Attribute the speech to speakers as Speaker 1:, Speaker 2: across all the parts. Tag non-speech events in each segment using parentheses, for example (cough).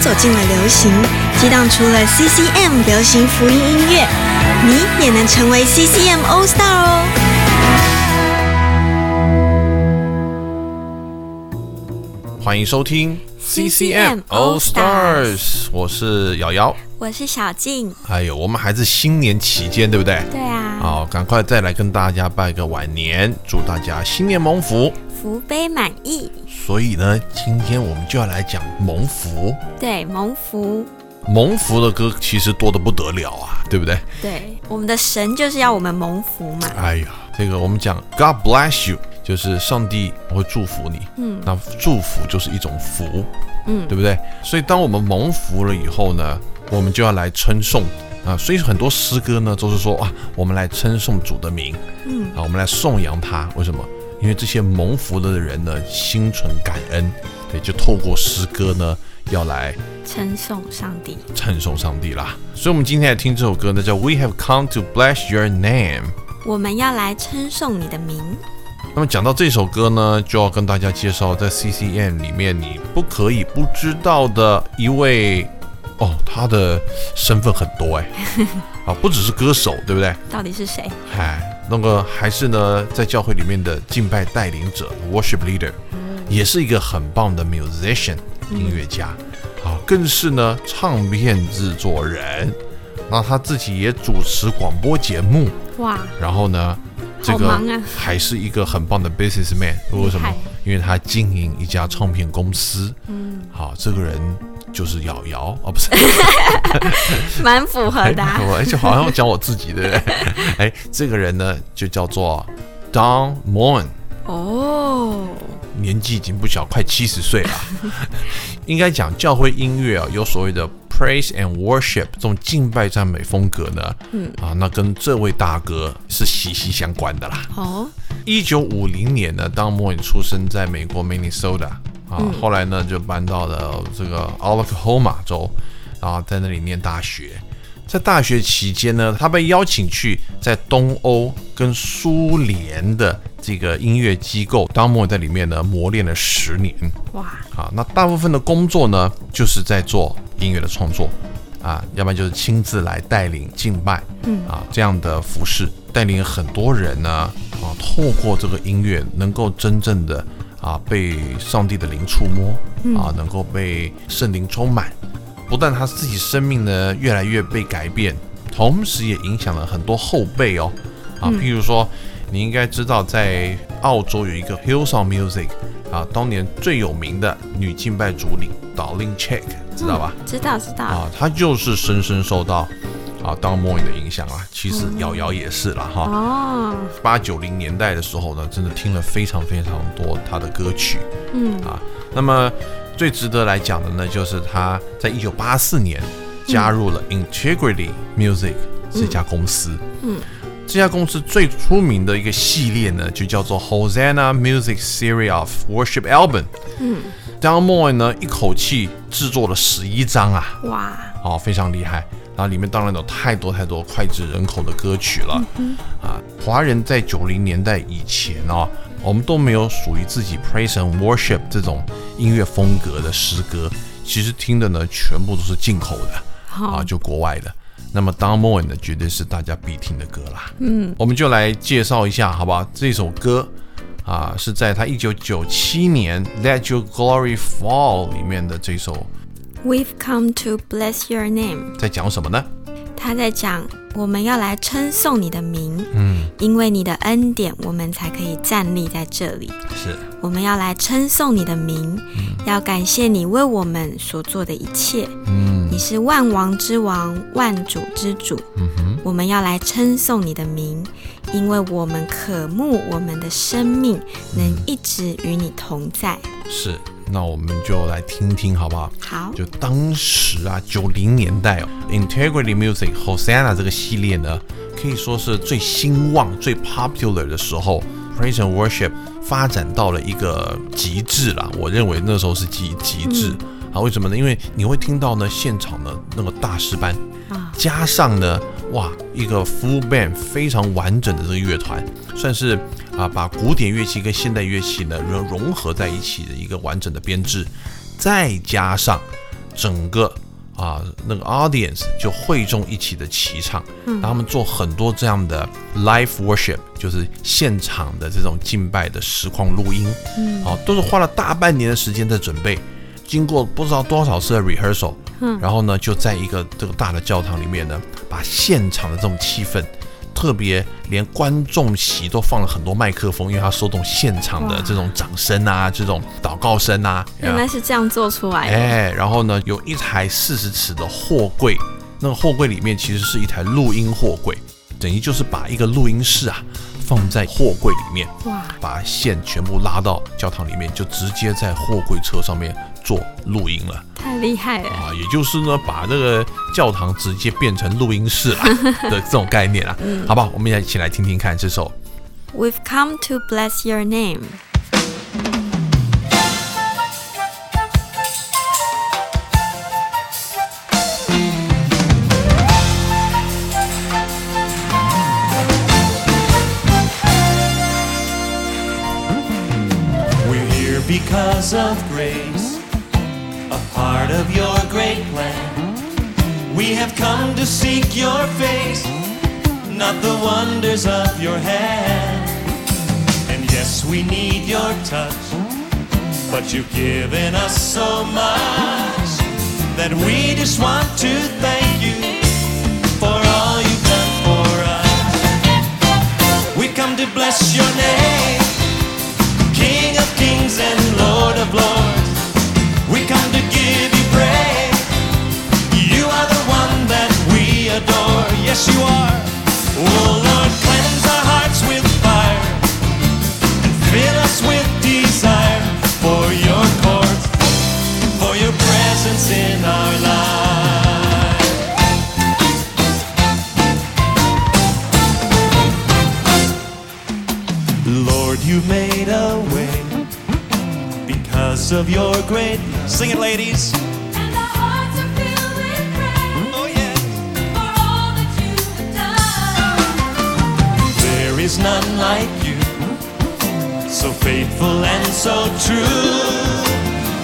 Speaker 1: 走进了流行，激荡出了 CCM 流行福音音乐，你也能成为 CCM All Star 哦！
Speaker 2: 欢迎收听
Speaker 1: CCM All Stars
Speaker 2: 我是瑶瑶。
Speaker 1: 我是小静，
Speaker 2: 哎呦，我们还是新年期间，对不对？
Speaker 1: 对啊，
Speaker 2: 好，赶快再来跟大家拜个晚年，祝大家新年蒙福。
Speaker 1: 福杯满溢，
Speaker 2: 所以呢，今天我们就要来讲蒙福。
Speaker 1: 对，蒙福，
Speaker 2: 蒙福的歌其实多得不得了啊，对不对？
Speaker 1: 对，我们的神就是要我们蒙福嘛，
Speaker 2: 哎呀，这个我们讲 God bless you，就是上帝会祝福你。
Speaker 1: 嗯，
Speaker 2: 那祝福就是一种福，
Speaker 1: 嗯
Speaker 2: 对不对？所以当我们蒙福了以后呢，我们就要来称颂啊。所以很多诗歌呢都是说啊，我们来称颂主的名，
Speaker 1: 嗯
Speaker 2: 啊，我们来颂扬他。为什么？因为这些蒙福的人呢，心存感恩，对，就透过诗歌呢，要来
Speaker 1: 称颂上帝。
Speaker 2: 称颂上帝啦。所以，我们今天来听这首歌呢，叫《We Have Come to Bless Your Name》。
Speaker 1: 我们要来称颂你的名。
Speaker 2: 那么讲到这首歌呢，就要跟大家介绍在 CCM 里面你不可以不知道的一位哦，他的身份很多哎，啊，不只是歌手，对不对？
Speaker 1: 到底是谁？
Speaker 2: 哎，那个还是呢，在教会里面的敬拜带领者 （worship leader），也是一个很棒的 musician 音乐家，啊，更是呢唱片制作人。那他自己也主持广播节目，
Speaker 1: 哇，
Speaker 2: 然后呢，这
Speaker 1: 好
Speaker 2: 个
Speaker 1: 忙啊
Speaker 2: 还是一个很棒的 businessman。为什么
Speaker 1: 厉害？
Speaker 2: 因为他经营一家唱片公司。
Speaker 1: 嗯，
Speaker 2: 好，这个人就是瑶瑶哦，不
Speaker 1: (laughs)
Speaker 2: 是，
Speaker 1: 蛮符合的、啊。
Speaker 2: (laughs) 我而且好像讲我自己对
Speaker 1: (laughs)
Speaker 2: 不对？哎，这个人呢就叫做 Don Moon，
Speaker 1: 哦，
Speaker 2: 年纪已经不小，快七十岁了。
Speaker 1: (laughs)
Speaker 2: 应该讲教会音乐啊，有所谓的 praise and worship 这种敬拜赞美风格呢，嗯啊，那跟这位大哥是息息相关的啦。
Speaker 1: 哦，
Speaker 2: 一九五零年呢，当莫里出生在美国 Minnesota 啊，后来呢就搬到了这个 Oklahoma 州，然后在那里念大学。在大学期间呢，他被邀请去在东欧跟苏联的这个音乐机构，当莫在里面呢磨练了十年。
Speaker 1: 哇，
Speaker 2: 啊，那大部分的工作呢，就是在做音乐的创作，啊，要不然就是亲自来带领敬拜，嗯，啊，这样的服饰带领很多人呢，啊，透过这个音乐能够真正的啊被上帝的灵触摸，啊，能够被圣灵充满，不但他自己生命呢越来越被改变，同时也影响了很多后辈哦。啊，譬如说，你应该知道，在澳洲有一个 Hillsong Music 啊，当年最有名的女敬拜主领 Darlene Check，知道吧？
Speaker 1: 知道知道。
Speaker 2: 啊，她就是深深受到啊 Don m o y 的影响啊。其实瑶瑶也是啦哈。
Speaker 1: 哦，
Speaker 2: 八九零年代的时候呢，真的听了非常非常多他的歌曲，
Speaker 1: 嗯
Speaker 2: 啊，那么最值得来讲的呢，就是他在一九八四年加入了 Integrity Music 这家公司，
Speaker 1: 嗯
Speaker 2: 这家公司最出名的一个系列呢，就叫做 Hosanna Music Series of Worship Album，
Speaker 1: 嗯，
Speaker 2: Don Moy 呢一口气制作了十一张啊，
Speaker 1: 哇，
Speaker 2: 哦，非常厉害。然后里面当然有太多太多脍炙人口的歌曲了，啊，华人在九零年代以前哦，我们都没有属于自己 praise and worship 这种音乐风格的诗歌，其实听的呢全部都是进口的，啊，就国外的。那么 Don m o y 呢，绝对是大家必听的歌啦。嗯，我们就来介绍一下，好不好？这首歌啊，是在他一九九七年《Let Your Glory Fall》里面的这首，
Speaker 1: We've come to bless your name。
Speaker 2: 在讲什么呢？
Speaker 1: 他在讲，我们要来称颂你的名，嗯，因为你的恩典，我们才可以站立在这里。
Speaker 2: 是。
Speaker 1: 我们要来称颂你的名，要感谢你为我们所做的一切。嗯，你是万王之王，万主之主。嗯哼，我们要来称颂你的名，因为我们渴慕我们的生命能一直与你同在。
Speaker 2: 是，那我们就来听听好不好？
Speaker 1: 好，
Speaker 2: 就当时啊，九零年代哦，Integrity Music Hosanna 这个系列呢，可以说是最兴旺、最 popular 的时候，Praise and Worship 发展到了一个极致啦。我认为那时候是极极致、啊，为什么呢？因为你会听到呢，现场的那个大师班
Speaker 1: 啊，
Speaker 2: 加上呢，哇，一个 full band 非常完整的这个乐团，算是啊把古典乐器跟现代乐器呢融融合在一起的一个完整的编制，再加上整个啊那个 audience 就汇众一起的齐唱，让他们做很多这样的 live worship，就是现场的这种敬拜的实况录音，嗯，啊，都是花了大半年的时间在准备，经过不知道多少次的 rehearsal，嗯，然后呢，就在一个这个大的教堂里面呢，把现场的这种气氛。特别连观众席都放了很多麦克风，因为他收动现场的这种掌声啊，这种祷告声啊。
Speaker 1: 原来是这样做出来的。
Speaker 2: 哎，然后呢，有一台四十尺的货柜，那个货柜里面其实是一台录音货柜，等于就是把一个录音室啊放在货柜里面，
Speaker 1: 哇，
Speaker 2: 把线全部拉到教堂里面，就直接在货柜车上面做录音了。
Speaker 1: 太厉害了。
Speaker 2: 啊，也就是呢，把这个教堂直接变成录音室了的这种概念啊，
Speaker 1: 嗯
Speaker 2: 好吧，我们也一起来听听看这首
Speaker 1: We've come to bless your name.
Speaker 3: We're here because of grace, a part of your great plan. We have come to seek your face, not the wonders of your hand. And yes, we need your touch, but you've given us so much that we just want to thank you for all you've done for us. We come to bless your name. King of kings and Lord of lords, we come to give you praise. You are the one that we adore. Yes, you are. Oh Lord, cleanse our hearts with fire and fill us with desire for your courts, for your presence in our lives. Lord, you made a way because of your great. Sing it, ladies.
Speaker 4: And our hearts are filled with praise
Speaker 3: Oh, yeah.
Speaker 4: for all that you have done.
Speaker 3: There is none like you, so faithful and so true.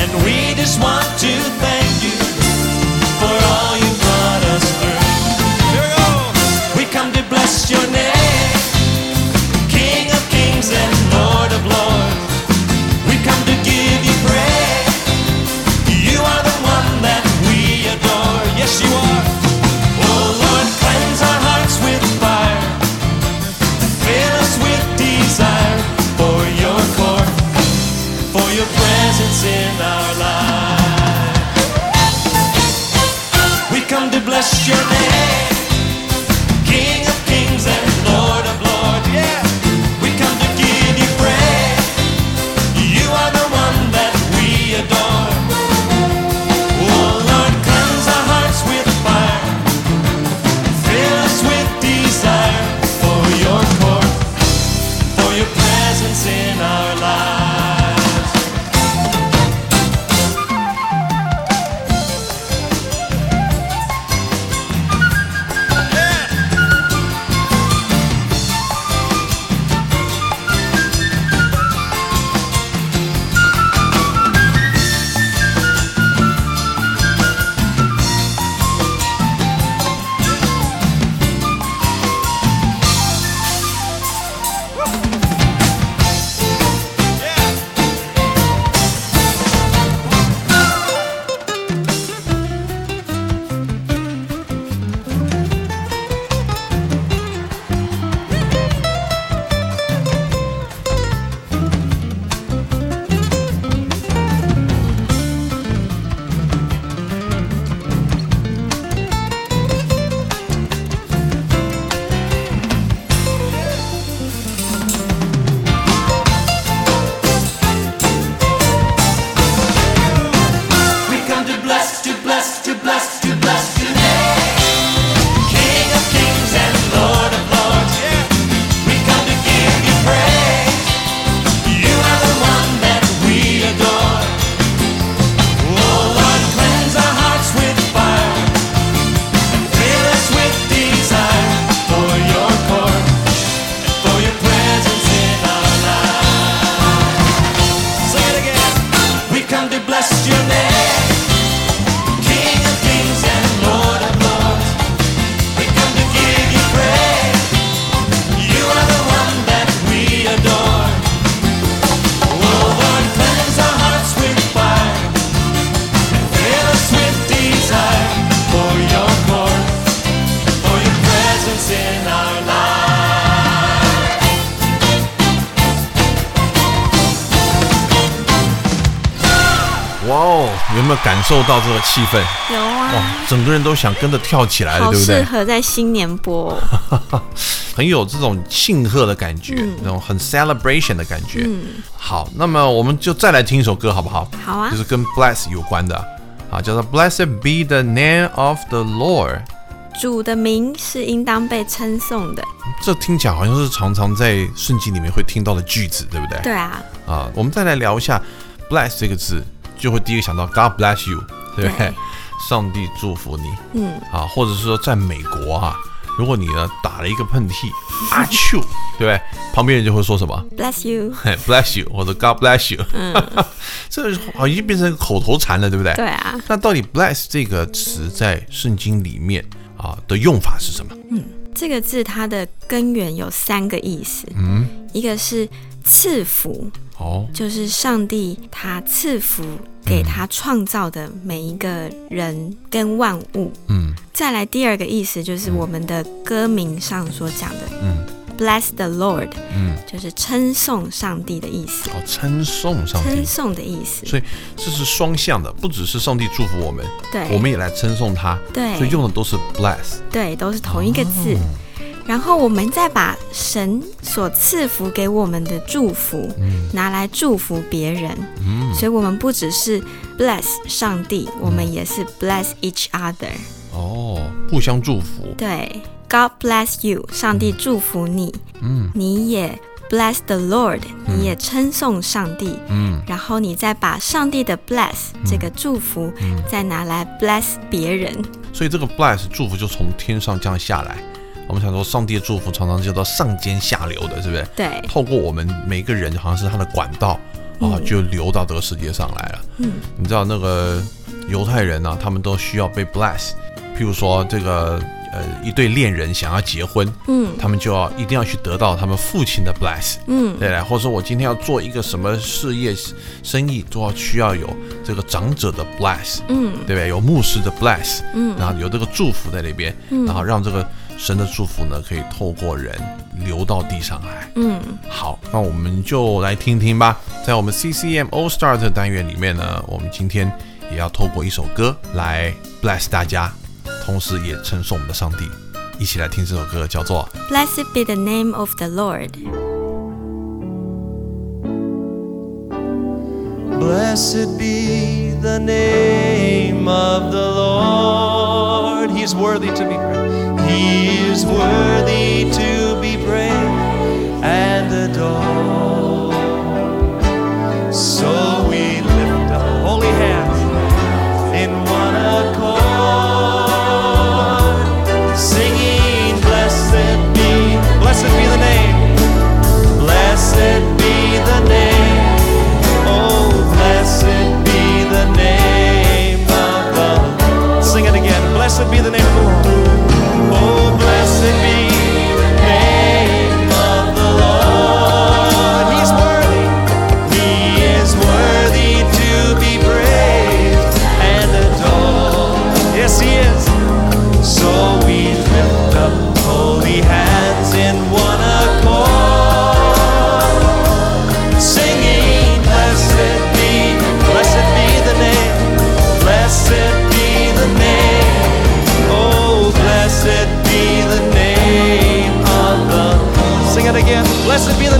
Speaker 3: And we just want to thank you for all you brought us through. Here we go. We come to bless your name, King of kings and Lord of lords. We come to give you praise. You are the one that we adore. Yes, you are. Oh Lord, cleanse our hearts with fire. Fill us with desire for your court, for your presence in our lives. We come to bless your name, King of kings and Lord of lords. Yeah. We come to give you praise. You are the one that we adore. Oh Lord, cleanse our hearts with fire. Fill us with desire for your court, for your presence in our lives. Oh,
Speaker 2: 有没有感受到这个气氛？
Speaker 1: 有
Speaker 2: 哇
Speaker 1: 啊，，
Speaker 2: 整个人都想跟着跳起来了，
Speaker 1: 好
Speaker 2: 对不
Speaker 1: 适
Speaker 2: 对？
Speaker 1: 合在新年播、哦。
Speaker 2: 很有这种庆贺的感觉，
Speaker 1: 嗯
Speaker 2: 那种很 celebration 的感觉。好，那么我们就再来听一首歌，好不好？
Speaker 1: 好啊
Speaker 2: 就是跟 bless 有关的啊，叫做 Blessed be the name of the Lord。
Speaker 1: 主的名是应当被称颂的，
Speaker 2: 这听起来好像是常常在圣经里面会听到的句子，对不对？
Speaker 1: 对啊，
Speaker 2: 啊，我们再来聊一下 bless 这个字，就会第一个想到 God bless you，对不对？
Speaker 1: 对
Speaker 2: 上帝祝福你
Speaker 1: 嗯，
Speaker 2: 啊，或者是说在美国啊，如果你呢打了一个喷嚏，啊啾，对不对？旁边人就会说什么？
Speaker 1: Bless you，
Speaker 2: 嘿 bless you 或者 God bless you，这好像已经变成口头禅了，对不对？
Speaker 1: 嗯对。啊，
Speaker 2: 那到底 bless 这个词在圣经里面啊的用法是什么？
Speaker 1: 这个字它的根源有三个意思，嗯，一个是赐福，
Speaker 2: 哦，
Speaker 1: 就是上帝他赐福给
Speaker 2: 嗯
Speaker 1: 他创造的每一个人跟万物。
Speaker 2: 嗯，
Speaker 1: 再来第二个意思就是我们的歌名上所讲的，嗯，Bless the Lord，
Speaker 2: 嗯，
Speaker 1: 就是称颂上帝的意思，
Speaker 2: 哦，称颂上帝
Speaker 1: 称。颂的意思。
Speaker 2: 所以这是双向的，不只是上帝祝福我们，
Speaker 1: 对
Speaker 2: 我们也来称颂他，
Speaker 1: 对
Speaker 2: 所以用的都是 bless，
Speaker 1: 对，都是同一个字。
Speaker 2: 哦
Speaker 1: 然后我们再把神所赐福给我们的祝福、
Speaker 2: 嗯
Speaker 1: 拿来祝福别人，所以我们不只是 bless 上帝，我
Speaker 2: 嗯
Speaker 1: 们也是 bless each other。
Speaker 2: 哦，互相祝福，
Speaker 1: 对，God bless you，上帝祝福你。嗯，你也 bless the Lord，、你也称颂上帝。嗯，然后你再把上帝的 bless、这个祝福、再拿来 bless 别人。
Speaker 2: 所以这个 bless 祝福就从天上这样下来。我们想说，上帝的祝福常常叫做上尖下流的，是不是？
Speaker 1: 对
Speaker 2: 透过我们每个人，好像是他的管道啊，就流到这个世界上来了。嗯，你知道那个犹太人呢、他们都需要被 bless。譬如说，这个呃，一对恋人想要结婚，嗯，他们就要一定要去得到他们父亲的 bless。嗯，对或者说我今天要做一个什么事业、生意，都要需要有这个长者的 bless。嗯，对不对？有牧师的 bless。嗯，然后有这个祝福在那边，然后让这个神的祝福呢，可以透过人流到地上来。好，那我们就来听听吧。在我们 CCM All Star 的单元里面呢，我们今天也要透过一首歌来 bless 大家，同时也称颂我们的上帝。一起来听这首歌，叫做
Speaker 1: Blessed be the name of the Lord。
Speaker 3: Blessed be the name of the Lord. He's worthy to be praised. He is worthy to be praised and adored. So we lift up holy hands in one accord, singing, Blessed be, blessed be the name, blessed be the name. Oh, blessed be the name of the Lord. Sing it again. Blessed be the name of the Lord. Oh, blessed be the name of the Lord. He's worthy. He is worthy to be praised and adored. Yes, he is. So we lift up holy hands in one accord singing, Blessed be, blessed be the name, blessed be the name, oh, blessed be the name of the Sing it again, blessed be the Oh,